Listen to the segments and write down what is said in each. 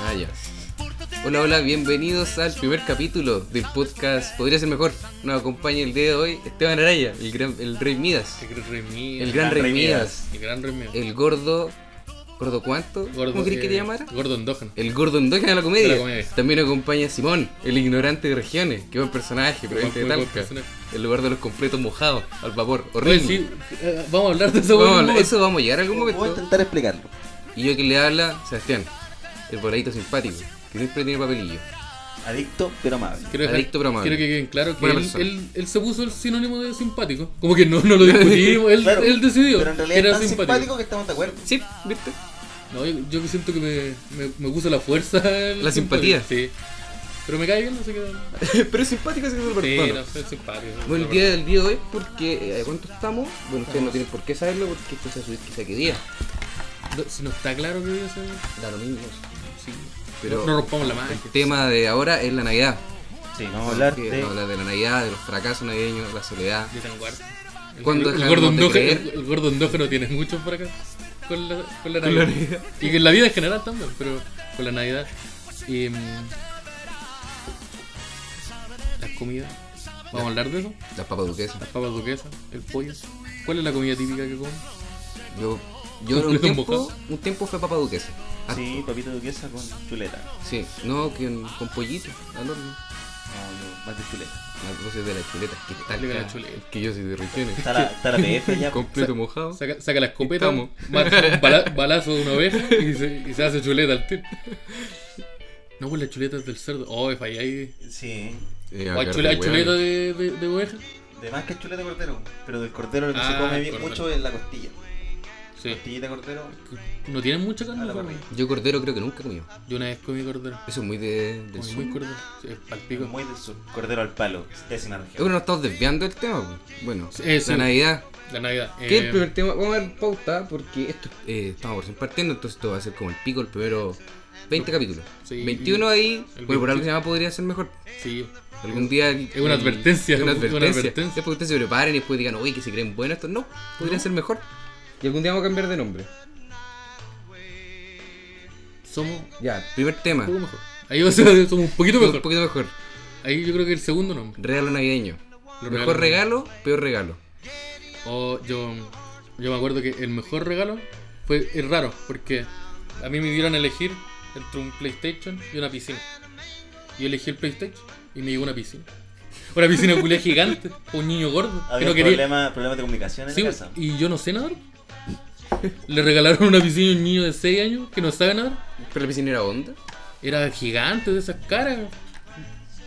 Ah, Hola, hola, bienvenidos al primer capítulo del podcast Podría ser mejor. Nos acompaña el día de hoy Esteban Araya, el, gran, el Rey Midas, El gran Rey Midas. El gran Rey Midas. El gran Rey Midas. el gordo. ¿Gordo cuánto? ¿Cómo crees que te eh, llamara? Gordo endógeno. El gordo endógeno de la comedia. De la comedia. También acompaña a Simón, el ignorante de regiones. Qué buen personaje, pero Buen- de muy buen Talca. personaje. El lugar de los completos mojados, al vapor, Oye, horrible. sí, eh, vamos a hablar de eso. Vamos a weón. hablar- eso vamos a llegar a algún Voy a momento. intentar explicarlo. Y yo que le habla, Sebastián, el voladito simpático, que siempre tiene papelillo. Adicto, pero amable. Quiero, dejar- Adicto pero amable. quiero que queden claro que Buena él, persona. él- él se puso el sinónimo de simpático. Como que no, no lo discutimos, él, Claro, él decidió. Pero en realidad era es tan simpático. que estamos de acuerdo. Sí, ¿viste? No, yo, yo siento que me, me, me puso la fuerza. el La simpatía. Ah, Sí. Pero me cae bien, no sé qué. pero es simpático ese que es el Sí, persona. no sé, simpático. Bueno, el día del día de hoy, porque eh, ¿cuánto estamos? Bueno, ustedes no tienen por qué saberlo porque esto se va a subir quizá qué día. No, si no está claro que eso. Da lo mismo. Sí. Pero- no, no rompamos la magia. El tema de ahora es la Navidad. Sí, vamos a Tenemos hablar que de. hablar de la Navidad, de los fracasos navideños, de la soledad. de San Guardo. El- ¿Cuándo el, el, dejaremos gordo de endógeno, creer? el, el gordo endógeno tiene muchos por acá. Con la, con la Con Navidad. la Navidad. Y con la vida en general también, pero con la Navidad. Y, mm, las comidas. Vamos a hablar de eso. Las papas duquesas. Las papas duquesas, el pollo. ¿Cuál es la comida típica que comen? Yo, yo un Completo tiempo, mojado. un tiempo fue papa duquesa. Ah, Sí, papita duquesa con chuleta. sí. No, que un- con pollito al horno. No, yo, más de chuleta. Las cosas de las chuletas, que tal. Explica la chuleta. Que yo soy de regiones. Está la, está la PF ya. Completo mojado. Saca, saca la escopeta, Estamos. mata un bala- balazo de una oveja y se, y se hace chuleta al tiro. No, pues las chuletas del cerdo. Oh, falláis. Sí. Eh, O hay acá chule- hay de chuleta hueones. de, de, de oveja. De más que es chuleta de cordero. Pero del cordero lo que Ah, se come bien cordero. mucho es la costilla. Sí. Costillita de cordero. No tienen mucha carne. A la pues, parrilla. Yo cordero creo que nunca he comido. Yo una vez comí cordero. Eso es muy de, del Comí sur. muy cordero. Sí, palpico. Muy del sur. Cordero al palo. Décima Eh, Bueno, región. nos estamos desviando del tema. pues. Bueno, Sí, eh, sí. la Navidad. La Navidad. ¿Qué es eh, el primer tema? Vamos a dar pauta porque esto eh, estamos recién partiendo, entonces esto va a ser como el pico, el primero 20 capítulos. Sí, 21 ahí, el bueno, por algo 20. que se llama podría ser mejor. Sí. Algún día. Es una advertencia, Es una es una advertencia. advertencia. Es porque ustedes se preparen y después digan, uy, que se creen buenos estos. No, podría ser mejor. Y algún día vamos a cambiar de nombre. Somos Ya, primer tema. un poco mejor. Ahí va a ser- somos un poquito Un mejor. poquito mejor. Ahí yo creo que el segundo nombre. Regalo navideño. Los mejor regalo, peor regalo. O Oh, yo, yo me acuerdo que el mejor regalo fue es raro, porque a mí me dieron a elegir entre un PlayStation y una piscina. Yo elegí el PlayStation y me llegó una piscina. Una piscina culia gigante, un niño gordo, que Había no un quería. problema, problema de comunicación en Sí, la casa. y yo no sé nadar. Le regalaron una piscina a un niño de 6 años que no sabe nadar. Pero la piscina era onda. Era gigante de esas caras.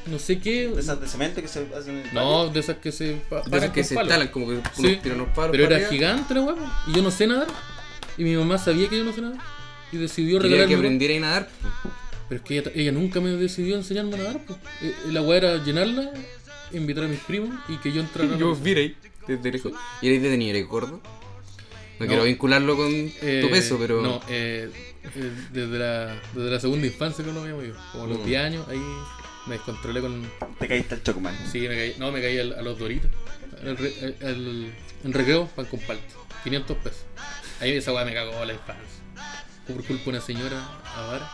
No sé qué. De esas de cemento que se hacen en el No, de esas que se. pa- De paran esas que con se palos. instalan, como que unos Sí, tiran unos palos. Pero para era arriba. gigante la hueá. Y yo no sé nadar. Y mi mamá sabía que yo no sé nadar. Y decidió Quería que regalarme. aprendiera a nadar. Pero es que ella, ella nunca me decidió enseñarme a nadar. Pues. Eh, La hueá era llenarla, invitar a mis primos y que yo entrara. a la Yo piscina. mira ahí, desde lejos. Y eres detenido, eres gordo. No, No. quiero vincularlo con Eh, tu peso, pero. No, eh, eh, desde, la, desde la segunda infancia que no habíamos ido. Como a los Mm. 10 años, ahí me descontrolé con. patio. Te caíste al chocman. Sí, me caí. No, me caí al- a los doritos. Al re- al- al- en recreo, pan con palta. 500 pesos. Ahí esa weá me cagó la infancia. Fue por culpa de una señora avara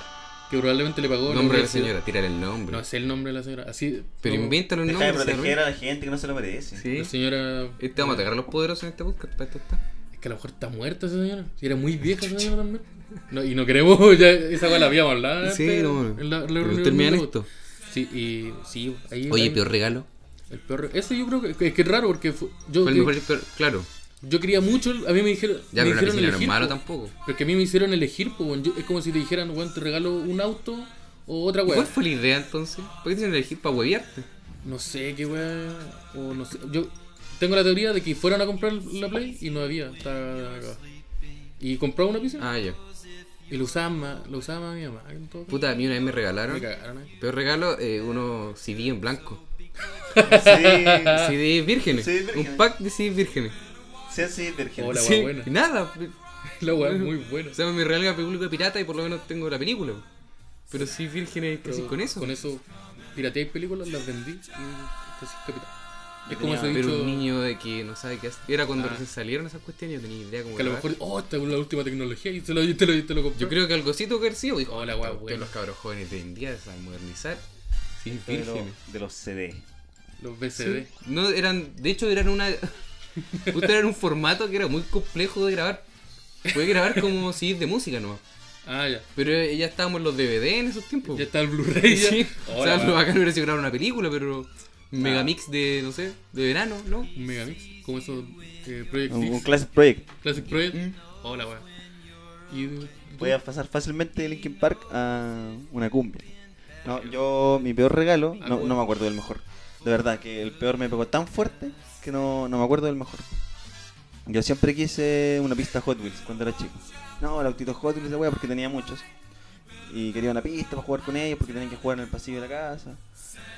que probablemente le pagó. la nombre de la universidad. señora, tírale el nombre. No sé el nombre de la señora. Así. pero ¿eh? no, invéntalo el Deja de nombre. proteger a la gente que no se lo merece. Sí. La señora. Este vamos a atacar a los poderosos en este podcast. Para esto está. Es que a lo mejor está muerta esa señora. Si era muy vieja esa señora también. No, y no queremos, ya esa weá la habíamos hablado. antes, en la- la reunión terminan de- esto. Sí, y sí, ahí. Oye, ahí- peor regalo. El peor. Ese yo creo que es que es raro porque fue- yo, Fue el que- mejor, peor- claro. yo quería mucho. A mí me dijeron. Ya, pero la me dijeron piscina no es elegir, malo po. tampoco. Pero es que a mí me hicieron elegir, po, weón. Yo- es como si te dijeran, weón, te regalo un auto o otra ¿Y ¿Cuál weá. fue la idea entonces? ¿Por qué tienen que elegir para hueviarte? No sé qué weá. O no sé. Yo tengo la teoría de que fueron a comprar la Play y no había. estaba acá. Y compraron una piscina. Ah, ya. Y lo usaban más, lo usaban más mi mamá. en todo caso. Puta, a mí una vez me Me regalaron. cagaron ahí. Peor regalo, eh, uno CD en blanco. Sí. Ah. CD vírgenes. CD vírgenes. Un pack de CD vírgenes. Sí, sí, virgen. Hola, Sí, buena. y nada. La weá es muy buena. O sea, me regala película pirata y por lo menos tengo la película. Pero sí, vírgenes, casi Pero con eso. Con eso pirateé películas, las vendí y casi capital. Es como tenía- ese Pero dicho un niño de que no sabe qué hacer. Era cuando Ah. recién salieron esas cuestiones, yo tenía idea como. que a lo mejor, oh, esta es la última tecnología y te lo, y te lo, y te lo compró. Yo creo que algocito que pues, sí, dijo, Oh, la "Esta wea cuestión buena". los cabros jóvenes de hoy en día se van a modernizar. Sí, de, lo- vírgenes. de los CD. Los BCD. Sí. No, eran, de hecho eran una... Justo eran un formato que era muy complejo de grabar. Puede grabar como si de música nomás. Ah, ya. Pero eh, ya estábamos los DVD en esos tiempos. Ya está el Blu-ray. ya. Uh. Sí. Oh, o sea, la lo weá. bacán hubiera sido grabar una película, pero... Un Ah. megamix de, no sé, de verano, ¿no? Un Megamix. Como esos eh, Project Un, un X, Classic Project. Classic Project. Mm. Hola, weón. Y. Voy a pasar fácilmente de Linkin Park a una cumbia. No, yo, mi peor regalo, no, no me acuerdo del mejor. De verdad, que el peor me pegó tan fuerte que no, no me acuerdo del mejor. Yo siempre quise una pista Hot Wheels cuando era chico. No, el autito Hot Wheels, la wea, porque tenía muchos. Y quería una pista para jugar con ellos, porque tenían que jugar en el pasillo de la casa.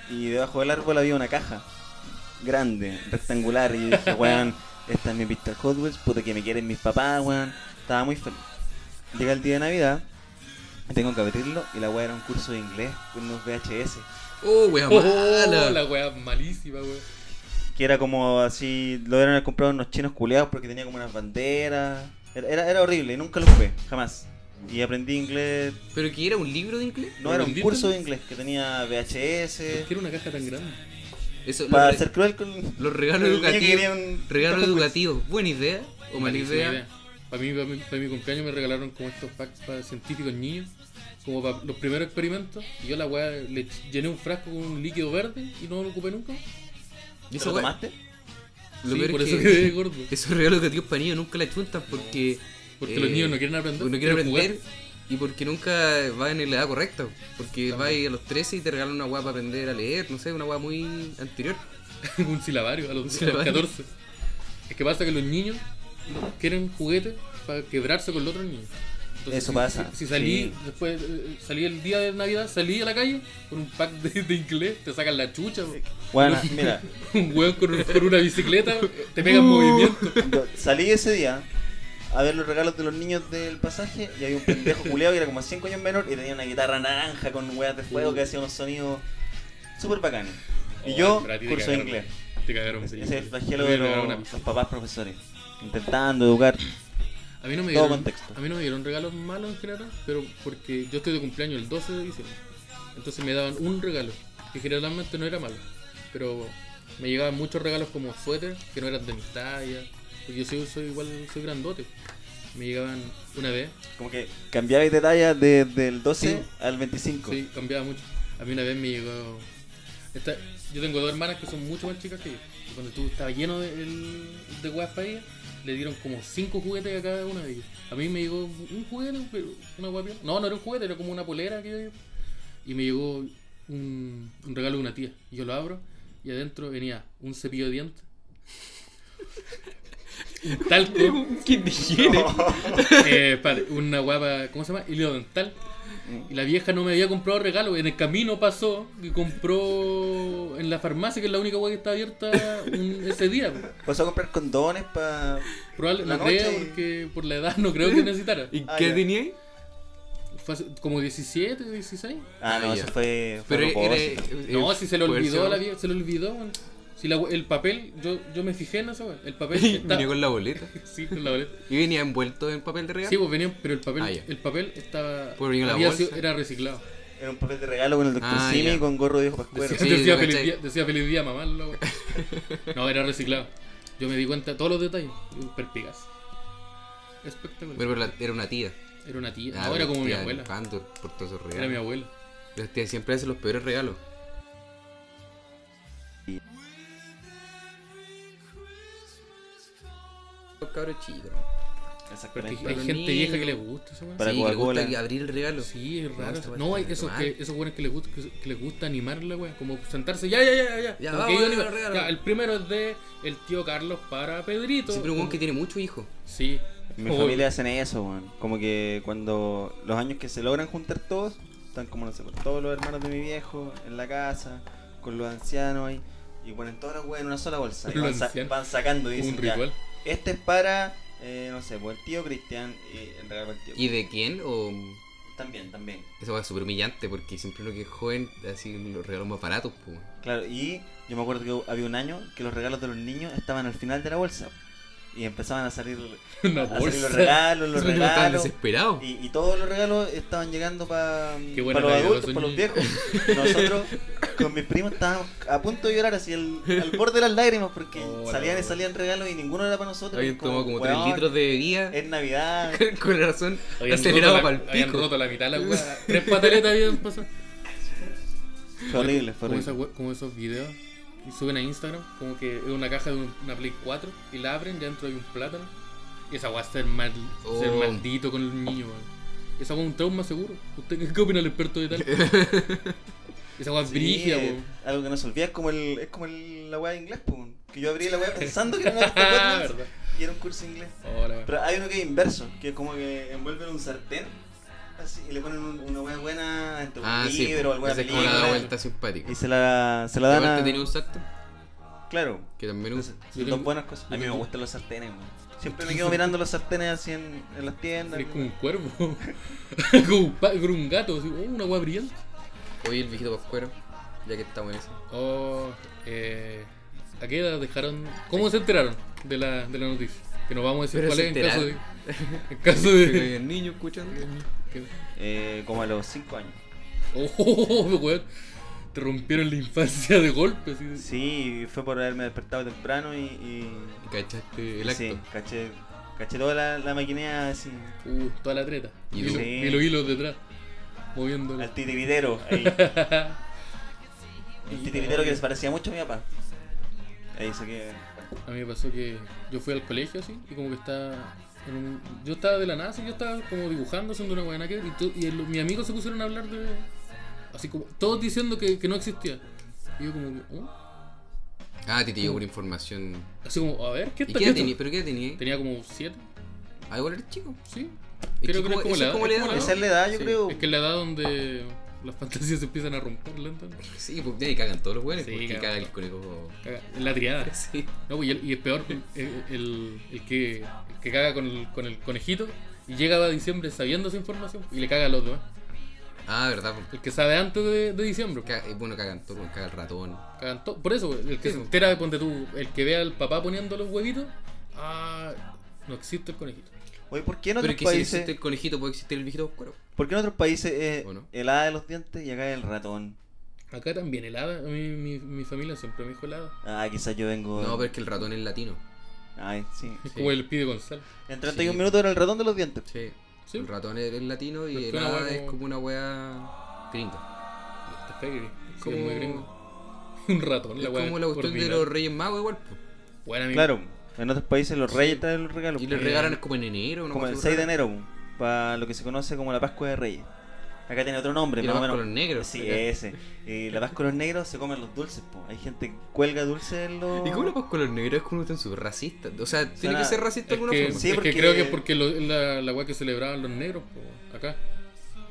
Y debajo del árbol había una caja grande, rectangular. Y yo dije, weón, esta es mi pista Hot Wheels, puta que me quieren mis papás, weón. Estaba muy feliz. Llega el día de Navidad, tengo que abrirlo y la weá era un curso de inglés con unos VHS. Oh, wea Oh, mala. la weá malísima, weón. Que era como así, lo eran comprado unos chinos culeados porque tenía como unas banderas. Era, era, era horrible, y nunca lo jugué, jamás. Y aprendí inglés, Pero que era un libro de inglés. no era un ¿Aprendiste? curso de inglés que tenía Eh. ¿Por VHS. qué era una caja tan grande? Eso, los, Para re- ser cruel con. los con regalos el niño que educativos. quería un- Regalo un- educativo. Buena idea o mala Malísima idea. Para mí, para, mi, para mi cumpleaños me regalaron como estos packs para científicos niños, como para los primeros experimentos. Y yo la weá le ch- llené un frasco con un líquido verde y no lo ocupé nunca. Y ¿Te esa lo wea- tomaste? Lo Sí, peor por es eso que- quedé gordo. Esos regalos que tíos para niños nunca la chuntan porque. Porque eh, los niños no quieren aprender. porque no quieren jugar. aprender y porque nunca van en la edad correcta. Porque vas a los 13 y te regalan una guapa para aprender a leer, no sé, una guapa muy anterior. un silabario a los, a los silabario. 14. Es que pasa que los niños quieren juguetes para quebrarse con los otros niños. Entonces, Eso si- pasa, Si, si salí, sí. después eh, salí el día de Navidad, salí a la calle con un pack de, de inglés, te sacan la chucha. po. Bueno, mira, Un weón con, un- con una bicicleta, te pegan movimiento. yo salí ese día a ver los regalos de los niños del pasaje y había un pendejo culeado que era como 5 años menor y tenía una guitarra naranja con weas de fuego que hacía unos sonidos súper bacanos. Y Oh, yo, pero a ti te curso de cagaron. inglés. Te cagaron. Ese es película. el flagelo A mí me de los, cagaron una pizza. los papás profesores. Intentando educar. A mí no me Todo dieron, contexto. a mí no me dieron regalos malos en general, pero porque yo estoy de cumpleaños el 12 de diciembre. Entonces me daban un regalo, que generalmente no era malo, pero me llegaban muchos regalos como suéter, que no eran de mi talla, porque yo soy, soy igual, soy grandote. Me llegaban una vez, Como que cambiabais de talla desde el 12 Sí. al 25. sí, cambiaba mucho. A mí una vez me llegó... esta- yo tengo dos hermanas que son mucho más chicas que yo. Y cuando tú estaba lleno de, el, de weas para ellas, le dieron como cinco juguetes a cada una de ellas. A mí me llegó un juguete, pero una guapia. No, no era un juguete, era como una polera que Y me llegó un, un regalo de una tía. Y yo lo abro y adentro venía un cepillo de dientes. Un talco, ¿Qué dijeron? eh, espérate, una guapa, ¿cómo se llama? Hilo dental. Y la vieja no me había comprado regalo. En el camino pasó y compró en la farmacia, que es la única hueá que está abierta un- ese día. Pasó a comprar condones para. Probablemente La no noche creo, y- porque por la edad no creo que necesitara. ¿Y Ah, qué ya. tenía ahí? Fue hace- como 17, 16. Ah, no, Ah, eso ya. fue. fue Pero a era. propósito. No, eh, si se le poder olvidó ser- a la vieja, se le olvidó. weón. Si la hue- el papel, yo, yo me fijé en eso, weón. el papel está... Venía con la boleta. Sí, con la boleta. Y venía envuelto en papel de regalo. Sí, pues venían, pero el papel, Ah, ya. el papel estaba... Pues venía en la había bolsa. sido- era reciclado. Era un papel de regalo con el doctor Ah, Simi ya. con gorro de viejo pascuero. Decía, Sí, decía lo feliz cachai. día, decía feliz día, mamá. la wea. No, era reciclado. Yo me di cuenta de todos los detalles. Un Perpicaz. Espectacular. Pero la- era una tía. era una tía. Ah, no, era pero como mi tía abuela. Cantor, por todos esos Era mi regalos. abuela. Las tías siempre hacen los peores regalos. Los cabros chicos. Porque Exactamente. hay los gente vieja niños. que le gusta esa wea. Para sí, que le Coca-Cola. gusta abrir el regalo. Sí, es No, raro. esta wea No, está hay de esos tomar. que, esos buenos que les gusta, que, que les gusta animar la wea, como sentarse, ya, ya, ya, ya, Ya, Como vamos, que ya, anima- regalo. ya, el primero es de el tío Carlos para Pedrito. Siempre un weón que tiene muchos hijos. Sí. En Mi Oh, familia hacen eso, weón. Como que cuando los años que se logran juntar todos, están como no sé, pues, todos los hermanos de mi viejo en la casa, con los ancianos ahí, y ponen todas las weas en una sola bolsa. Y Los van, sa- ancianos. van sacando y Oh, un dicen, ya, ritual. este es para, eh, no sé, pues el tío Cristian y el regalo para el tío. ¿Y de quién? O También, también. Eso va súper humillante porque siempre lo que es joven, así los regalos más baratos, pues. weón. Claro, y yo me acuerdo que había un año que los regalos de los niños estaban al final de la bolsa. Y empezaban a salir, Una a salir los bolsa. regalos, los Esos niños estaban regalos. desesperados. Y, y todos los regalos estaban llegando para Qué buena los Navidad, adultos, soy para los niño. viejos. Y nosotros con mis primos estábamos a punto de llorar así al, al borde de las lágrimas porque Oh, la salían y wea. salían regalos y ninguno era para nosotros. Habían tomado como 3 weón, litros de bebida. Es Navidad. Con razón, Habían acelerado roto para el la- habían pico. roto la mitad la weá. Tres pataletas habían pasado. Fue horrible, fue Como, horrible. esas we- como esos videos que suben a Instagram, como que es una caja de un- una Play 4 y la abren, ya dentro hay un plátano. Y esa weá ser, mal, Oh. ser maldito con el niño, weón. Esa weá es un trauma seguro. ¿Usted qué opina el experto de tal? esa weá es Sí, brígida, eh, weón. algo que no se olvida es como, el, es como el- la weá de inglés, po, que yo abrí la weá pensando que era una Ah, weá verdad. y era un curso de inglés. Ahora, weón. Pero hay uno que es inverso, que es como que envuelven un sartén así, y le ponen un- una hueá buena entre un Ah, sí. libro, alguna Esa es como película. la vuelta simpática. y se la, se la Y dan aparte a... tiene un sartén, Claro. que también usa. Yo Entonces, son tengo- dos buenas cosas. A yo mí me tengo- gustan los sartenes, weón. Siempre me quedo mirando los sartenes así en, en las tiendas. Es como un cuervo. como, un pa- como un gato, así, oh, una weá brillante. Oye, el viejito pascuero, ya que estamos en eso. Oh, eh, ¿A qué edad dejaron? ¿Cómo se enteraron de la, de la noticia? Que nos vamos a decir Pero cuál se es en caso de. enteraron. En caso Creo que de. hay un niño escuchando. que- Eh, como a los 5 años. Oh, weón. Te rompieron la infancia de golpe. así de- Sí, fue por haberme despertado temprano y... y... ¿Cachaste el acto? Sí, caché, caché toda la, la maquinea así. Uh, toda la treta. Y Y, lo- sí. y los hilos detrás. Moviéndolo. Al titiritero. Ahí. El titiritero que se parecía mucho a mi papá. Ahí saqué. A mí me pasó que yo fui al colegio así y como que estaba. en un- yo estaba de la nada, así, yo estaba como dibujando, haciendo una buena que ver, y, to- y el- mis amigos se pusieron a hablar de. Así como, todos diciendo que, que no existía. Y yo como, que, "Oh". Ah, te llegó por información. así como, a ver, ¿qué ¿Y está qué edad esto? tenía? ¿Pero qué edad tenía? Tenía como 7, Ah, igual eres chico. sí. Es que Creo que como- es como eso la es como la edad. edad, Esa es la edad, yo Sí, creo. Es que es la edad donde las fantasías se empiezan a romper lentamente. Sí, pues ya y cagan todos los buenos. Sí, porque cagan. caga el conejo. Caga, en la triada. Sí. No, pues, y, el- y es peor el, el- el que, el que caga con el, con el conejito y llega a diciembre sabiendo esa información y le caga a los demás. Ah, verdad. pues. El que sabe antes de, de diciembre. pues, Ca- eh, bueno, cagan todos, caga el ratón. Cagan to- Por eso, pues, el que Sí, pues. se po. entera de ponte tú, el que vea al papá poniendo los huevitos, ah, no existe el conejito. Oye, ¿por qué en Pero otros es que si países, existe el conejito, puede existir el viejito oscuro. ¿por qué en otros países es ¿O no? el hada de los dientes y acá el ratón? Acá también helada, a mí mi, mi familia siempre me dijo helada. Ah, quizás yo vengo. No, pero es que el ratón es latino. Ay, sí. Es Sí. como el pide González. En 31 Sí. minutos era el ratón de los dientes. Sí. Sí. El ratón es, es latino y Pero el es una hada wea es como- como una wea gringa. Está fegre. Sí, Como- es muy gringo. Un ratón, Es la weá como la cuestión de ordinaria. los Reyes Magos, igual. po. Bueno, a mí- Claro, en otros países los reyes traen los regalos. Y les Eh, regalan como en enero, ¿no? Como el 6 de enero, para lo que se conoce como la Pascua de Reyes. Acá tiene otro nombre, Y más la más o menos. con los negros. pues. Sí, acá. ese. Y la paz con los negros se comen los dulces, po. Hay gente que cuelga dulces en los. ¿Y cómo la paz con los negros es como tan súper racista? O sea, tiene que Suena- ser racista de Es alguna que, forma. Sí, es que porque- creo que es porque lo- la, la weá que celebraban los negros, po, acá.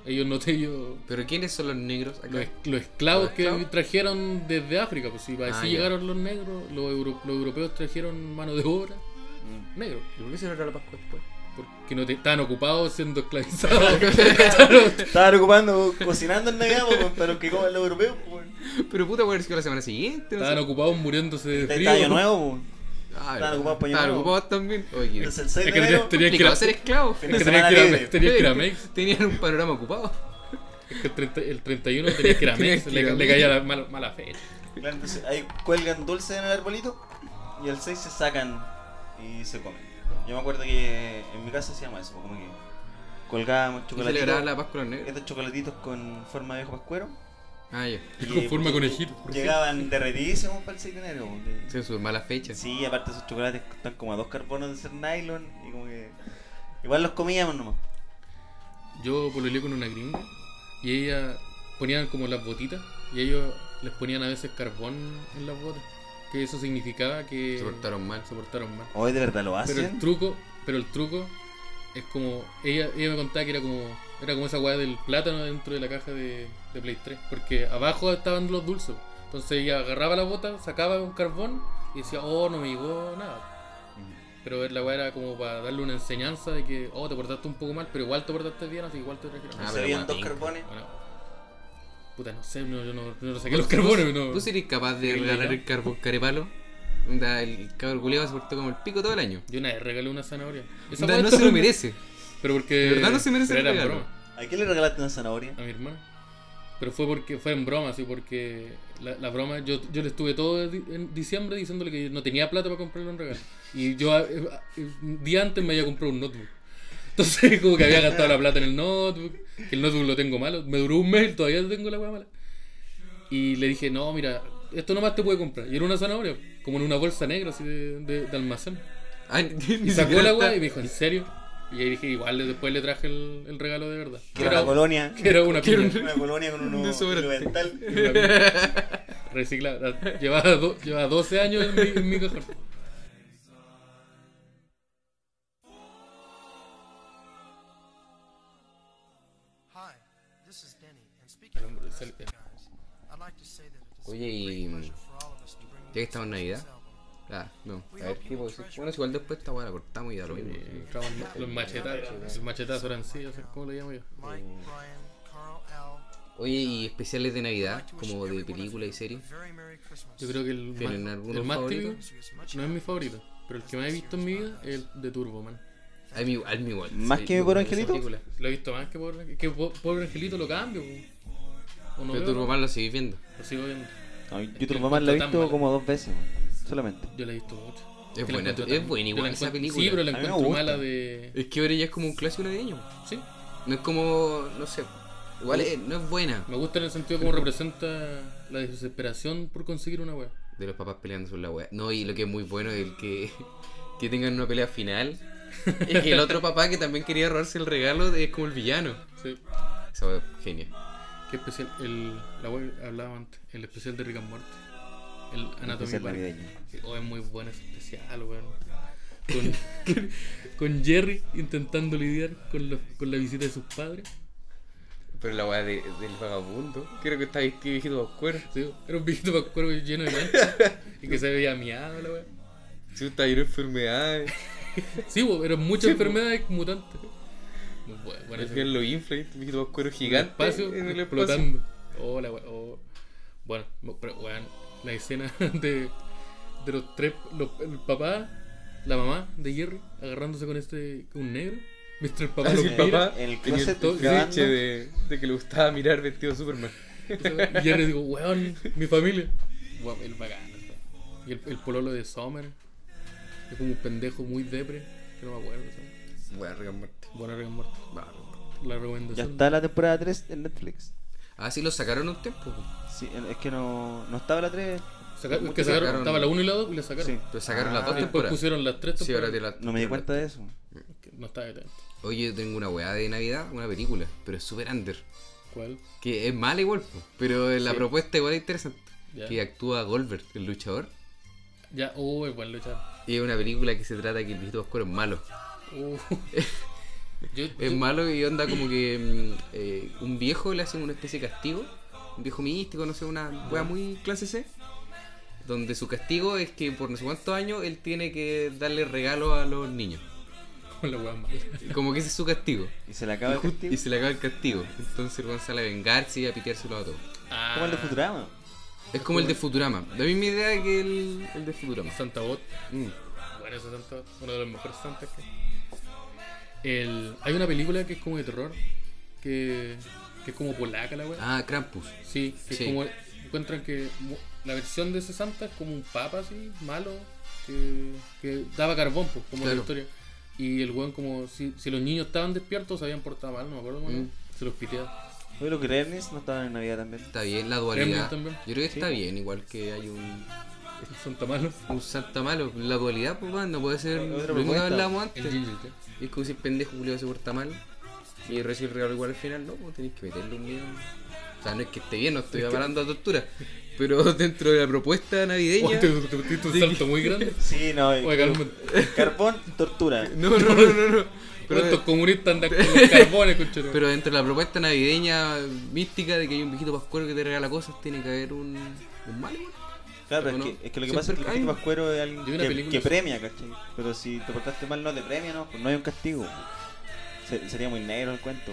Ellos no te. Ellos, Pero ¿quiénes son los negros acá? Los, es- los esclavos ¿Los esclavos? que trajeron desde África, pues si para Ah, así ya. llegaron los negros, los, euro- los europeos trajeron mano de obra Mm. negro, ¿Y por qué celebra la Pascua después? porque no te, estaban ocupados siendo esclavizados. Estaban- Estaban ocupando, cocinando en Nagabo, po, para los que comen los europeos, po. Pero puta, puede haber sido la semana siguiente. no Estaban sé. ocupados muriéndose Este de frío. Está año nuevo, po. Ah, estaban verdad. ocupados pues, pa' Año Estaban Nuevo. ocupados también. Oye, qué Entonces el 6 Es de que enero. tenían que ir complicado a- ser esclavos. es Fin de que tenían semana que ir a- libre. tenían que ir a Sí, Mex. Tenían un panorama ocupado. Es que el, 30 el 31 tenían que ir a Mex, Tenían que ir a le, le Mex. caía la mala, mala fe. Claro, entonces ahí cuelgan dulces en el arbolito y el 6 se sacan y se comen. Yo me acuerdo que en mi casa hacíamos eso, po, como que colgábamos Y celebraban chocolatitos. la Pascua los negros. Estos chocolatitos con forma de viejo pascuero. eh, Ah, ya. Y con forma de conejito. pues. Llegaban derretidísimos para el 6 de enero. po, que- Sí, sus malas fechas. Sí, aparte esos chocolates están como a dos carbonos de ser nylon y como que... Igual los comíamos nomás. Yo pololeé con una gringa y ella ponían como las botitas y ellos les ponían a veces carbón en las botas. Que eso significaba que Se portaron mal. se portaron mal. Hoy de verdad lo Pero el hacen. truco, pero el truco es como ella, ella me contaba que era como era como esa weá del plátano dentro de la caja de, de Play 3, porque abajo estaban los dulces. Entonces ella agarraba la bota, sacaba un carbón y decía, "Oh, no me llegó nada." Mm. Pero ver la weá era como para darle una enseñanza de que, oh, te portaste un poco mal, pero igual te portaste bien, así que igual te trajeron. Ah, se pero veían guapín, dos carbones. Bueno, puta, no sé, no, yo no, yo no saqué los carbones, no. ¿Tú serías capaz de Sí, regalar ya. el carbón carepalo? Onda, el cabro culiado se portó como el pico todo el año. Yo una vez regalé una zanahoria. Esa Onda, weá no todo- se lo merece. Pero porque. De verdad no se merece pero el era en regalo. broma ¿A quién le regalaste una zanahoria? a mi hermano. Pero fue porque fue en broma, así porque la, la broma, yo, yo le estuve todo di- en diciembre diciéndole que no tenía plata para comprarle un regalo. Y yo a- eh, a- un día antes me había comprado un notebook. Entonces como que había gastado la plata en el notebook, que el notebook lo tengo malo. Me duró un mes, todavía tengo la weá mala. Y le dije, no, mira, esto nomás te puede comprar. Y era una zanahoria, como en una bolsa negra así de- de- de almacén. Ah, ni Y sacó siquiera la está- weá y me dijo, ¿en serio? Y ahí dije, igual después le traje el, el regalo de verdad. Que era una colonia. que era una Quiero piña Una colonia con uno Un desodorante. dental. reciclada. Llevaba, do- llevaba 12 años en mi, en mi cajón. Hi, this is Denny, and speaking hombre of es el- classic guys, I'd like to say that it's a Oye, y- great pleasure for all of us to bring que you estamos en this Navidad. album. Ah, no. A ver, ¿qué puedo decir? Bueno, es igual después esta weá la cortamos y da lo mismo. Entraba el ma- Los machetazos. Los machetazos eran sí, o sea, ¿cómo lo llamo yo? Mike, Brian, Carl, Al, Oye, y especiales de I'd Navidad, like to wish como de everyone of película you y serie. a very Merry Christmas. Yo creo que el ¿Tienen más, algunos el más típico favoritos? As much no es mi happiness favorito, pero el que más he visto en mi vida es el de Turbo, man. A mí, a mí igual. ¿Más Sí, que mi yo creo pobre que angelito? Película. Lo he visto más que por que po- Pobre Angelito lo cambio. po. O sí. no Pero veo, Turbo Man lo seguís viendo. Lo sigo viendo. No, yo tu mamá la he visto como dos veces, weón. solamente. Yo la he visto Es mucho. Que la buena, encuentro es tan- buena yo la igual esa encuentro- película. Sí, pero la A mí me encuentro gusta. mala de. Es que ahora ya es como un clásico navideño. Sí, No es como, no sé. Igual es- no es buena. me gusta en el sentido como representa la desesperación por conseguir una wea. De los papás peleando sobre la wea. No, y lo que es muy bueno es el que, que tengan una pelea final. es que el otro papá que también quería robarse el regalo es como el villano. Sí. Esa wea es genial. Qué especial. El, la wea que hablaba antes, el especial de Rick and Morty. El Anatomy Especial Park. navideño. Oh, es muy bueno ese especial, weón. Con, con Jerry intentando lidiar con, los- con la visita de sus padres. Pero la wea de- del vagabundo. Creo que está vestido de viejito oscuro. Sí, era un viejito para cuerpo lleno de manchas y que se veía miado la wea. Si está lleno de enfermedades. Sí, bo, eran muchas enfermedades mutantes. Muy bueno, bueno, Al ese- final lo infla y este viejito oscuro gigante. espacio en el espacio. explotando. Oh, la wea- oh. Bueno, mo- pero weón, la escena de, de los tres, los- el papá, la mamá de Jerry agarrándose con este, con un negro, mientras el papá Así lo el mira, Ah, papá En el tenía el closet toque fetiche cagando. de, de que le gustaba mirar vestido de Superman. y Jerry digo, weón, mi familia, Weón, el bacán, el bacán. y el, el pololo de Summer, es como un pendejo muy depre, que no me acuerdo, ¿sabes? Wea, Rick and Morty. bueno, Rick and Morty. Wea, Rick and Morty. la Ya recomendación, está la temporada 3 en Netflix. Ah, sí, lo sacaron un tiempo. pues. Sí, es que no, no estaba la 3. Saca- es que Muchos sacaron, sacaron- estaba la 1 y la 2 y la sacaron, Sí. Lo sacaron las Ah. dos después temporadas. pusieron las tres Sí, ahora temporadas. de la- No me di cuenta de eso. Que no estaba detenido. Oye, yo tengo una weá de Navidad, una película, pero es super under. ¿Cuál? Que es mala igual, po, pero la Sí. propuesta igual es interesante. Ya. Que actúa Goldberg, el luchador. Ya, oh, es buen luchar. Y es una película que se trata que el viejito oscuro es malo. Uh. yo, Es yo- malo y onda como que mm, eh, un viejo le hacen una especie de castigo. Un viejo místico, no sé, una weá muy clase C. Donde su castigo es que por no sé cuántos años él tiene que darle regalo a los niños. la wea mala. Como que ese es su castigo. Y se la acaba de Y ju- castigo. Y se le acaba el castigo. Entonces el weón sale a vengarse y a piteárselo a todos. Ah, Como el de Futurama. Es como el de Futurama. La misma idea que el, el de Futurama. Santa Bot. Mm. Bueno, ese Santa Bot. Uno de los mejores Santas que. El, hay una película que es como de terror. Que, que es como polaca la wea. Ah, Krampus. Sí, que sí. es como. Encuentran que mu- la versión de ese Santa es como un papa así, malo. Que, que daba carbón, pues, como Claro. la historia. Y el weón, como si, si los niños estaban despiertos, se habían portado mal, no me acuerdo cómo. era, Mm. Se los piteaba. Oye, los Gremlins no estaban en Navidad también. Está bien la dualidad. también. Yo creo que está Sí. bien, igual que hay un, Santa Malo. un Santa Malo. La dualidad, pues, man, no puede ser Otra lo mismo que propuesta. hablábamos El antes. Ginger, ¿eh? Es como si el pendejo culiado se porta mal y recibe el regalo igual al final. No, pues tenés que meterle un miedo. O sea, no es que esté bien, no estoy avalando a tortura. Pero dentro de la propuesta navideña. Oh, te, te metiste un salto muy grande. Sí, no. eh, Oye, Carmen, Carbón, tortura. No, no, no, no, no. pero Pero, estos comunistas andan con los carbones, conchero. Pero dentro de la propuesta navideña mística de que hay un viejito pascuero que te regala cosas, tiene que haber un, un mal igual. Claro, es, Bueno, que, es que lo siempre que pasa es que el hay- castigo pascuero es alguien Yo vi una que, película que sobre- premia, ¿cachai? Pero si te portaste mal no te premia, ¿no? Pues no hay un castigo. Se- sería muy negro el cuento.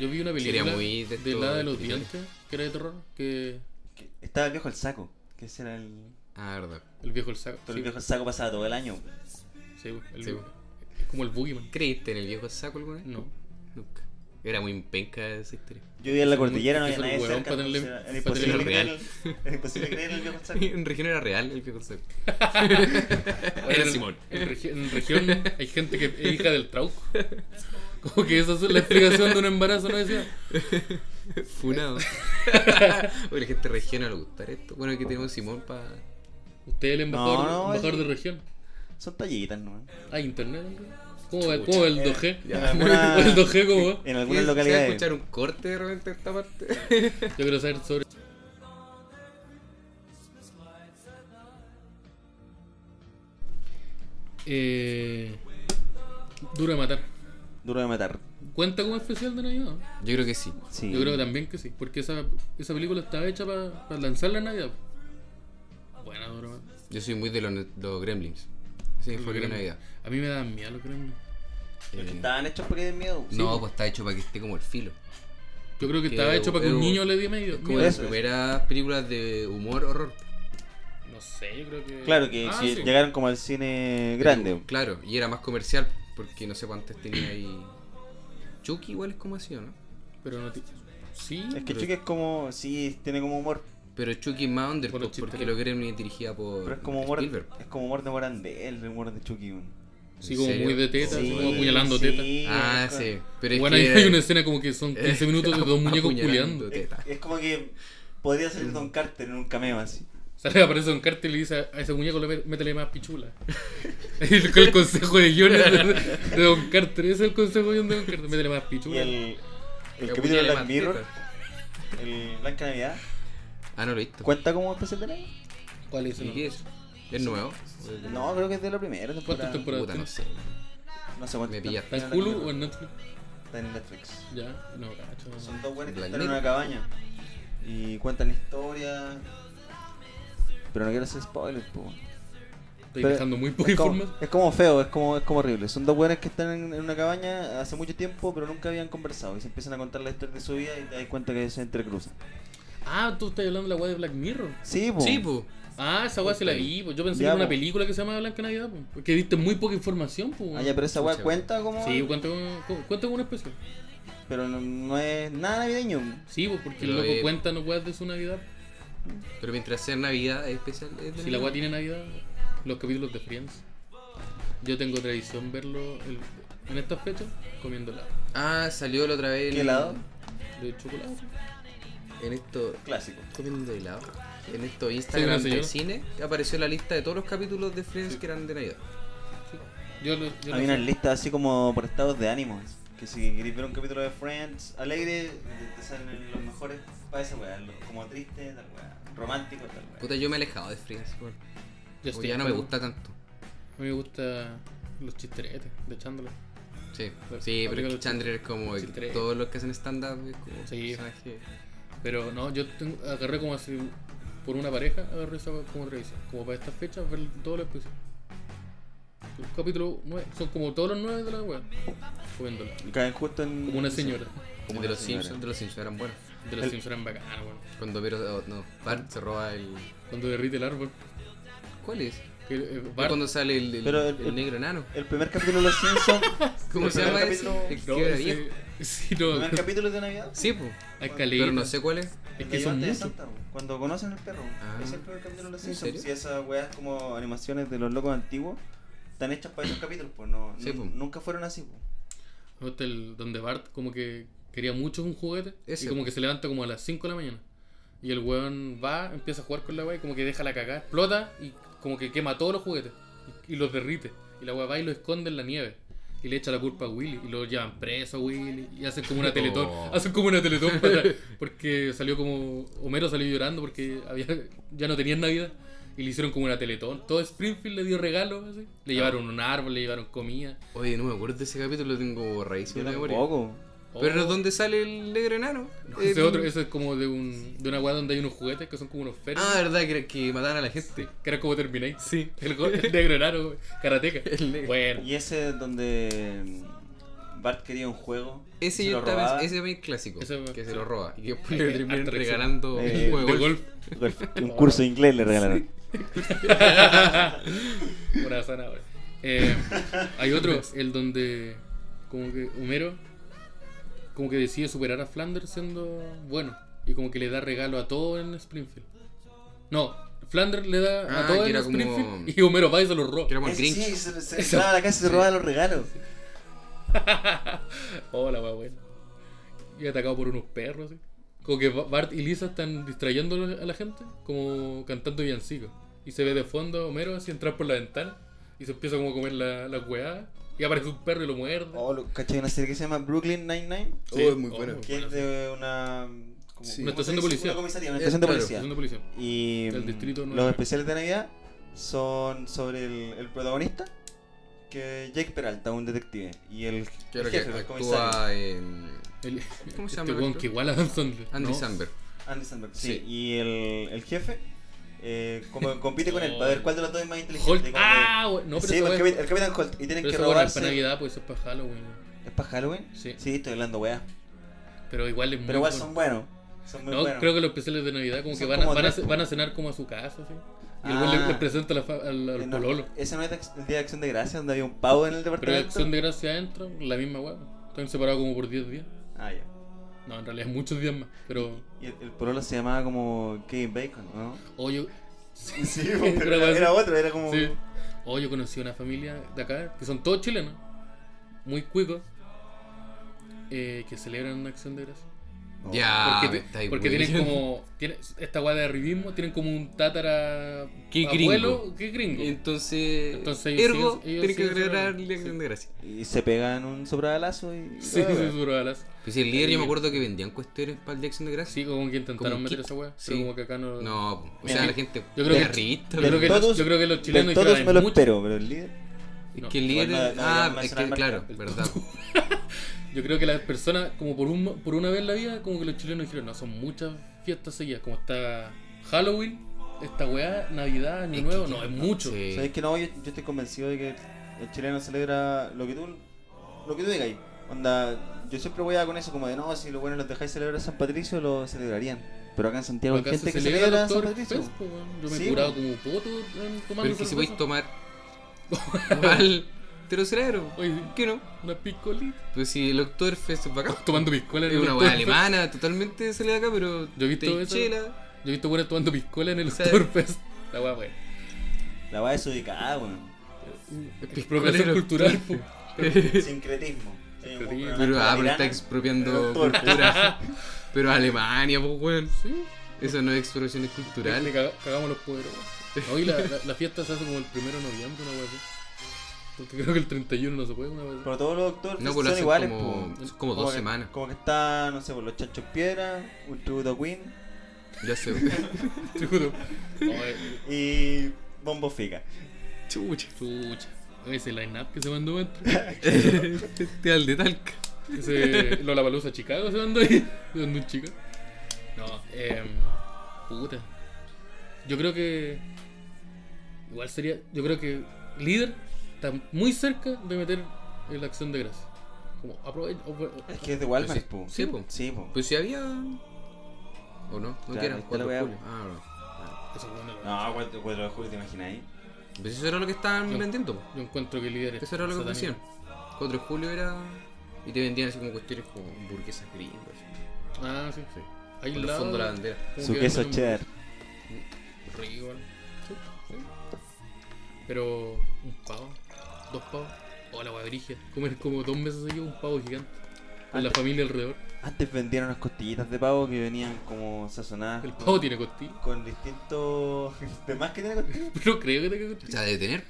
Yo vi una Sería película muy de de, esto- la de los de- dientes, que era de terror, que Que- Estaba el viejo el saco, que ese era el... Ah, verdad. el viejo el saco. Todo sí, el viejo el saco pasaba todo el año. sí, el- Sí. es como el boogeyman. ¿Creíste en el viejo saco alguna vez? No. Nunca. Era muy penca esa historia. Yo vivía en la Es muy- cordillera, no es había el nadie huevón cerca. para tenerle- entonces era- era tenerle para imposible creer real. en el- era imposible creer en el viejo el saco. En región era real el viejo saco. Bueno, era en- Simón. En, regi- en región hay gente que es hija del trauco. Como que esa es la explicación de un embarazo, ¿no decía? Funado. Oye, la gente región le gustar esto. Bueno, aquí tenemos a Simón para. Usted es el embajador, No, no, embajador es- de región. Son tallitas, ¿no? Ah, internet. hombre. ¿Cómo va cómo va el 2G? En alguna- El 2G, ¿cómo va? En algunas localidades. escuchar un corte de repente de esta parte? Yo quiero saber sobre. Eh, duro de matar. Duro de matar. ¿Cuenta como especial de Navidad? Yo creo que sí. Sí. Yo creo que también que sí, porque esa, esa película estaba hecha para lanzarla en Navidad. Buena duro de matar. Yo soy muy de los, los gremlins. Sí, fue Los de Gremlins. Navidad. A mí me dan miedo los gremlins. Porque Eh, Estaban hechos porque den miedo. no, pues está hecho para que esté como el filo. Yo creo que Que estaba hecho para que un hubo- niño le diera medio. Como miedo. las eso es. primeras películas de humor, horror. No sé, yo creo que. Claro que Ah, si sí. llegaron como al cine grande. Pero, claro, y era más comercial, porque no sé cuántas tenía ahí. Chucky igual es como así, ¿o ¿no? Pero no ti- Sí. Es que pero- Chucky es como. Sí, tiene como humor. Pero Chucky es más under, Por los pues, porque chistes. lo Gremlins dirigía por Pero es como humor. Spielberg. Es como humor de Morandel, el humor de Chucky. weón. Sí, ¿En como serio? muy de teta, Sí, como apuñalando sí, teta. Ah, es co- sí. Pero es bueno, que ahí era- hay una escena como que son 15 minutos de dos muñecos Apuñalando. culeando. Teta. Es, es como que podría salir Don Carter en un cameo así. Sale, aparece Don Carter y le dice a ese muñeco, le met- métele más pichula. el, el consejo de guión de, de Don Carter. Ese es el consejo de guión de Don Carter, métele más Y pichula. el. El pues Que capítulo apuñale de Black más Mirror, teta. el Blanca Navidad, Ah, no lo he visto. ¿cuenta como especial de Navidad? ¿Cuál es? ¿Y el qué es? ¿Es nuevo? No, creo que es de la primera temporada. ¿Cuántas temporadas? Puta, no sé. No sé cuántas. Me pillaste. ¿Está en Hulu o en Netflix? Está en Netflix. Ya, no, cacho. Son dos buenos que Black están en una cabaña. Y cuentan la historia. Pero no quiero hacer spoilers, po. Estoy Pero- dejando muy poca Es como, información. es como feo, es como, es como horrible. Son dos buenas que están en, en una cabaña hace mucho tiempo, pero nunca habían conversado. Y se empiezan a contar la historia de su vida y te das cuenta que se entrecruzan. Ah, tú estás hablando de la weá de Black Mirror. Sí, po. Sí, pues. Ah, esa weá se la vi, pues. Yo pensé que Ya, era una po. película que se llama Blanca Navidad, pues. Porque diste muy poca información, pues. Ah, ya, pero esa weá Escucha, cuenta como. Sí, cuenta con, cuenta con una especial. Pero no, no es nada navideño. Sí, pues porque Pero, el loco eh, cuenta no weas de su Navidad. Pero mientras sea Navidad es especial. es de Si la Navidad. weá tiene Navidad, los capítulos de Friends. Yo tengo tradición verlo el- en estas fechas comiendo helado Ah, salió la otra vez. en- ¿Qué helado? de chocolate. En esto. Clásico. Comiendo helado. En esto Instagram Sí, una de señora. cine apareció la lista de todos los capítulos de Friends que eran de Navidad. Yo lo, yo lo Hay sé. unas listas así como por estados de ánimo. Que si queréis ver un capítulo de Friends alegre, te- te salen los mejores para esa weá. los- Como triste, tal weá. Romántico, tal weá. Puta, yo me he alejado de Friends, weón. Como Yo estoy ya no me enfermo. gusta tanto. A mí me gusta los chisteretes de Chandler. Sí, Pero- sí, pero Aplica es que los Chandler es como los chistes. todos los que hacen stand-up es como Sí. personaje. Pero no, yo tengo- agarré como así por una pareja, agarré esa weá como tradición. Como para estas fechas, ver todos los especiales. Los capítulos nueve, son como todos los nueve de la wea. Comiendo helado. Y caen justo en. Como una señora. Y Como de una los señora. Simpsons, de los Simpsons eran buenos. De los El- Simpsons eran bacanas, weón. Cuando Vero, oh, no, Bart se roba el. Cuando derrite el árbol. ¿Cuál es? Que, eh, Es Bart- Cuando sale el, el- Pero el- el el- negro enano. El primer capítulo de Los Simpsons. ¿Cómo el se primer llama ese? capítulo- El No, que era ese- viejo. sí, ¿El no. primer capítulo es de Navidad? Sí, pues. Hay caleta. Pero no sé cuál es. Es La que son llevante de muchos. Santa, po. Cuando conocen al perro. Ah. Ese es el primer capítulo de Los ¿En serio? Simpsons. Si esas weas como animaciones de los locos antiguos están hechas para esos capítulos, pues no, Sí, nu- po. nunca fueron así. po. ¿No está el donde Bart como que quería mucho un juguete Ese. y como que se levanta como a las 5 de la mañana. Y el weón va, empieza a jugar con la wea y como que deja la cagada, explota y como que quema todos los juguetes y, y los derrite. Y la wea va y lo esconde en la nieve. Y le echa la culpa a Willy y lo llevan preso a Willy y hacen como una teletón. Oh. Hacen como una teletón para- porque salió como. Homero salió llorando porque había, ya no tenían Navidad y le hicieron como una teletón. Todo Springfield le dio regalos. así. Le llevaron un árbol, le llevaron comida. Oye, no me acuerdo de ese capítulo, tengo borradísimo Yo la memoria. tampoco. Pero ¿dónde sale el negro enano? Oh. Eh, Ese El- otro, eso es como de, un, de una weá donde hay unos juguetes que son como unos ferros. Ah, verdad, que, que mataban a la gente. Que era como Terminator. Sí. El, go- el negro enano, karateca. El negro. Bueno. Y ese es donde mm, Bart quería un juego. Ese se yo lo estaba robaba. ese es el clásico, Ese- que se sí. lo roba. Y que después Hay le que- terminan harta reacción. regalando un Eh, juego De de golf. golf. Un curso de inglés le regalaron. Una zanahoria. Eh, hay otro, el donde como que Homero como que decide superar a Flanders siendo bueno y como que le da regalo a todo en Springfield. No, Flanders le da Ah, a todo que en era como- Springfield y Homero va y se lo roba. Que era como el Ese Grinch. sí, se, Eso. se entraba a la casa y se robaba los regalos. Hola, wea, bueno. Y atacado por unos perros, así. Como que Ba- Bart y Lisa están distrayendo a la gente, como cantando villancicos. Y se ve de fondo Homero así entrar por la ventana y se empieza como a comer la, la weá. Y aparece un perro y lo muerde. Oh, lo- ¿cachai? Una serie que se llama Brooklyn Nine-Nine. Oh, es muy bueno. Que es de una. mm, Como, Sí. ¿cómo Una estación se de dice? policía. Una comisaría, una Eh, estación de claro, policía. Estación de policía. Y Del mm, distrito nueve. los especiales de Navidad son sobre el, el protagonista, que es Jake Peralta, un detective. Y el, Que el era jefe, que el comisario, actúa en El- ¿Cómo se este llama el weón actor? que igual a Dan Sandler. Andy ¿no? Samberg. Andy Samberg, sí. Sí. Y el, el jefe eh, como, compite con él para ver cuál de los dos es más inteligente. Holt. como que- Ah, we- no, pero sí, esa el, weá- capi- el Capitán Holt. Y tienen pero que esa weá no es robarse. para Navidad, pues eso es para Halloween. ¿Es para Halloween? Sí. estoy hablando, weá. Pero igual es muy Pero igual bueno. son buenos. Son muy No, buenos. creo que los especiales de Navidad como Son que van, como a, van, a, tres, ce- van a cenar como a su casa, ¿sí? Y el Ah. güey le, le presenta a la fa- al, al Eh, no, pololo. Ese no es el día de acción de gracia donde había un pavo en el Pero departamento. Acción de Gracia adentro, la misma hueá. Están separados como por 10 días. Ah, ya. No, en realidad muchos días más. Pero, Y el, el pololo se llamaba como Kevin Bacon, ¿no? oye, Sí, oh, Era pero era, más- era otro, era como. Sí. Oh, yo conocí una familia de acá, que son todos chilenos, muy cuicos, eh, que celebran una acción de gracia. Oh. Ya, porque Ah, me ti- estáis porque tienen weando. como. tienen- esta guada de arribismo, tienen como un tátara. Qué gringo. Qué gringo. Entonces, Entonces ellos ergo, siguen- ellos tienen que siguen agregar celebrando. la acción de gracia. Y se pegan un sobradalazo y. Sí, Ah, sí, bueno. seguro, alas. Pues si el líder yo me acuerdo que vendían cuestiones para el de acción de gracia. Sí, como que Como intentaron meter kit. esa weá, Sí. pero como que acá no. pues. No, o Mira, sea, sí. la gente. Yo creo que- revista, Yo pero- creo, que Todos- los, yo creo que los chilenos De hicieron todos me lo mucho. espero, pero el líder. Es No, que el igual líder. no- ah, no deberíamos es que, mencionar claro, marca. verdad. Yo creo que las personas, como por, un, por una vez en la vida, como que los chilenos dijeron, no, son muchas fiestas seguidas, como está Halloween, esta weá, Navidad, Año Es Nuevo, que- no, es mucho. Sí. ¿Sabes que no? Yo, yo estoy convencido de que el chileno celebra lo que tú, lo que tú digas. ahí. Onda, yo siempre voy a con eso como de no, si los buenos los dejáis celebrar San Patricio, lo celebrarían. Pero acá en Santiago hay Acá gente se que celebra el celebra San Oktoberfest, Patricio. po, weón. Yo me Sí, he curado weón. como poto eh, Pero tomando es que si cerveza. podéis tomar. Al. Terocerebro. Oye, ¿Qué no? una piscolita. Pues si el Oktoberfest es bacán. Tomando piscola en Es el una weá Oktoberfest. alemana, totalmente salida de acá, pero. Yo he visto te eso. chela. Yo he visto weones tomando piscola en el O sea, Oktoberfest. La weá, weón. La va desubicada, weón. Expropiación cultural, po. Sincretismo. Sí, Sincretismo. weón, Pero, ah, pero italiana. está expropiando el Oktoberfest. cultura. pero Alemania, pues, weón. Sí. Eso no es expropiación es cultural. Le caga- cagamos los poderos. Hoy la, la, la fiesta se hace como el primero de noviembre, una wea así. Porque creo que el 31 no se puede, una wea así. Pero todos los doctores No, pues lo son hacen iguales, como, po. son como dos que- semanas. Como que está, no sé, por los chanchos piedra, un tributo a Queen Ya sé. Te juro. Oye, y Bombo Fica. Chucha. chucha. Oye, Ese line-up que se mandó dentro. Festival de Talca. Ese Lollapalooza Chicago se mandó ahí. Se mandó un chico. No, eh. Puta. Yo creo que. Igual sería. Yo creo que líder está muy cerca de meter en la acción de gracia. Como aprovecha. Es que es de Walmart, Pues sí, po. sí, po. Sí, po. Pues si había. ¿O no? No Claro, que eran ahí está la 4 de wea, julio. po. Ah, no. Eso es bueno, No, 4, de julio, ¿te imaginas ahí? Pues eso era lo que estaban Yo- vendiendo. Yo encuentro que líder es Eso era lo que satánico. ofrecían. 4 de julio era. Y te vendían así como cuestiones como hamburguesas gringas. así, Ah, sí, sí. Ahí Con al el lado. fondo de la bandera. como Su que queso venden cheddar. rico, ¿no? Sí, sí. Pero un pavo, dos pavos. Hola, la guadrigia. Comer como dos meses seguidos un pavo gigante. Con la familia alrededor. Antes vendían unas costillitas de pavo que venían como sazonadas El pavo con, tiene costilla. con distintos. demás que tiene costillas. No creo que tenga O costilla. sea, de tener.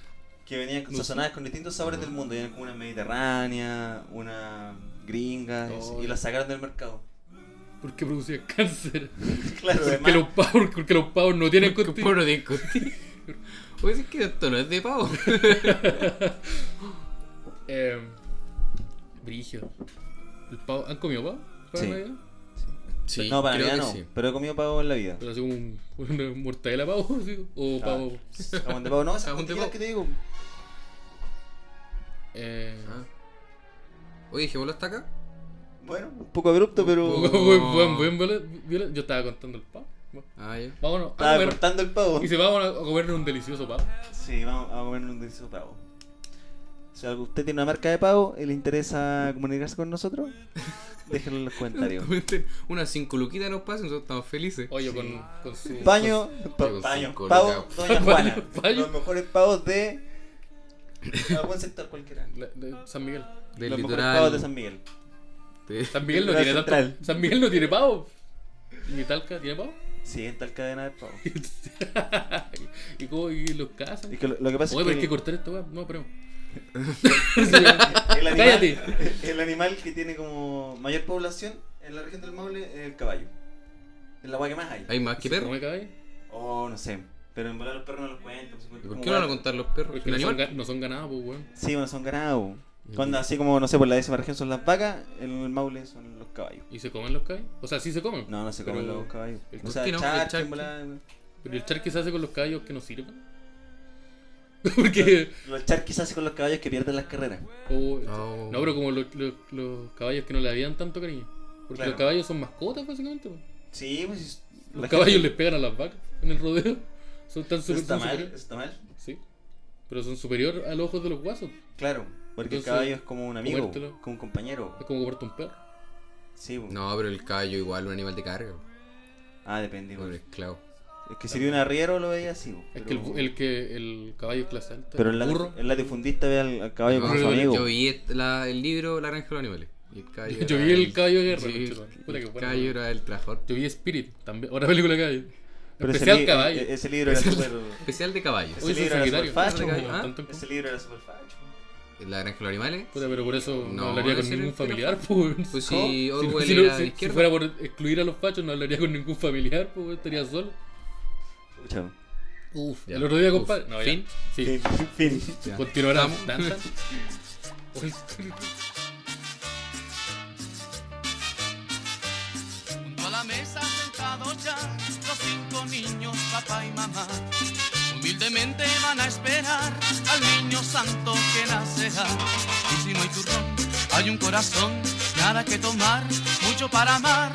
Que venían No sazonadas con distintos sabores del mundo. Venían como una mediterránea, una gringa, Oh, y eso, y las sacaron del mercado. Porque producía cáncer. Claro, Porque los, pavos, porque los pavos no tienen costilla. Puro de costilla. Oye, es que esto no es de pavo. Eh, brigio. ¿El pavo? ¿Han comido pavo? para Sí. Navidad? Sí, no, para creo Navidad que no. sí. Pero he comido pavo en la vida. Pero así como un, una mortadela pavo, así, o Ah. pavo. Jamón de pavo, no, esas Jamón de costillas pavo. que te digo. Eh, Ah. Oye, ¿Jebolo está acá? Bueno, un poco abrupto, pero. poco. buen- buen- buen viola- viola- Yo estaba contando el pavo. Va- Ah, ya. Vámonos a Estaba comer. cortando el pavo. Y se vamos a comer un delicioso pavo. Sí, vamos a comer un delicioso pavo. Si algo- usted tiene una marca de pavo y le interesa comunicarse con nosotros, déjenlo en los comentarios. Comenten Unas cinco luquitas nos pasan, nosotros estamos felices. Oye, con, con su. Paño, pa- Yo paño, cinco pavo, lucas. doña Juana. Paño. Los mejores pavos de. Algún sector cualquiera. con- la- de San Miguel. Del los mejores pavos litoral. de San Miguel. de- San Miguel no Central, tiene central. tanto. San Miguel no tiene pavo. ¿Y Talca tiene pavo? Sí, en tal cadena de pavos. ¿Y cómo y los cazan? Y que lo, lo que pasa Oye, pero hay es que que cortar esto, weón. No, esperemos. el, animal, Cállate. el animal que tiene como mayor población en la región del Maule es el caballo. Es la agua que más hay. Hay más que ¿Se perros. come caballo? Oh, no sé. Pero en volar los perros no los cuentan. pues, ¿Y ¿Por como qué no van a gato. contar los perros? Porque ¿Un no son, animal? ga- no son ganados, pues, weón. Sí, bueno, son ganado. Cuando así como, no sé, por la décima región son las vacas, en el Maule son los caballos. ¿Y se comen los caballos? O sea, sí se comen. No, no se comen Pero- los caballos. ¿el O sea, turqui no? ¿El charqui, charqui? volada, güey. Pero el charque se hace con los caballos que no sirven. Porque. Los charquis se hacen con los caballos que pierden las carreras. o- No. No, pero como los, los- los caballos que no le habían tanto cariño. Porque Claro. los caballos son mascotas, básicamente. weón. Sí, pues. Los la caballos gente- les pegan a las vacas en el rodeo. Son tan Eso super- está son mal, eso superior- está mal. Sí. Pero son superior a los ojos de los guasos. Claro, porque el Entonces, caballo es como un amigo, comértelo. como un compañero. Es como comerte un perro. Sí, pues. No, pero el caballo igual, un animal de carga. Ah, depende. Un güey. esclavo. Es que si de un arriero lo veía así. güey, Es pero- que el, el que el caballo es clase alta. Pero el, el lati- burro. el latifundista ve al, al caballo No, como su pero amigo. yo vi et- la- el libro La granja de los animales. Y el caballo Yo era vi el caballo de guerra, Sí, conchetumare. Puta que el bueno. caballo era el trabajador. Yo vi Spirit también. Otra película que hay. Pero ese Especial li- caballo. e- Ese libro era súper. Especial de caballos. Ese Uy, soy libro era Sagitario. súper facho, Como güey. tanto en- Ese libro era súper facho. La granja de los animales. Puta, pero por eso no, No, hablaría con ese ningún era- familiar, pues. weón. Pues ¿No? si no- Orwell si no- era si- de si izquierda. fuera por excluir a los fachos, no hablaría con ningún familiar, pues weón, estaría solo. Pucha. Uf, Ya. el otro día, Uf. compadre. No, ya. Fin. Sí, Fin. Ya. continuará. Estamos. Danza. Junto a la mesa sentados ya los cinco niños, papá y mamá. Humildemente van a esperar al niño santo que nacerá. Y si no hay turrón, hay un corazón, nada que tomar, mucho para amar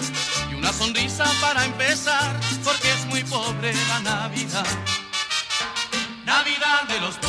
y una sonrisa para empezar, porque es muy pobre la Navidad. Navidad de los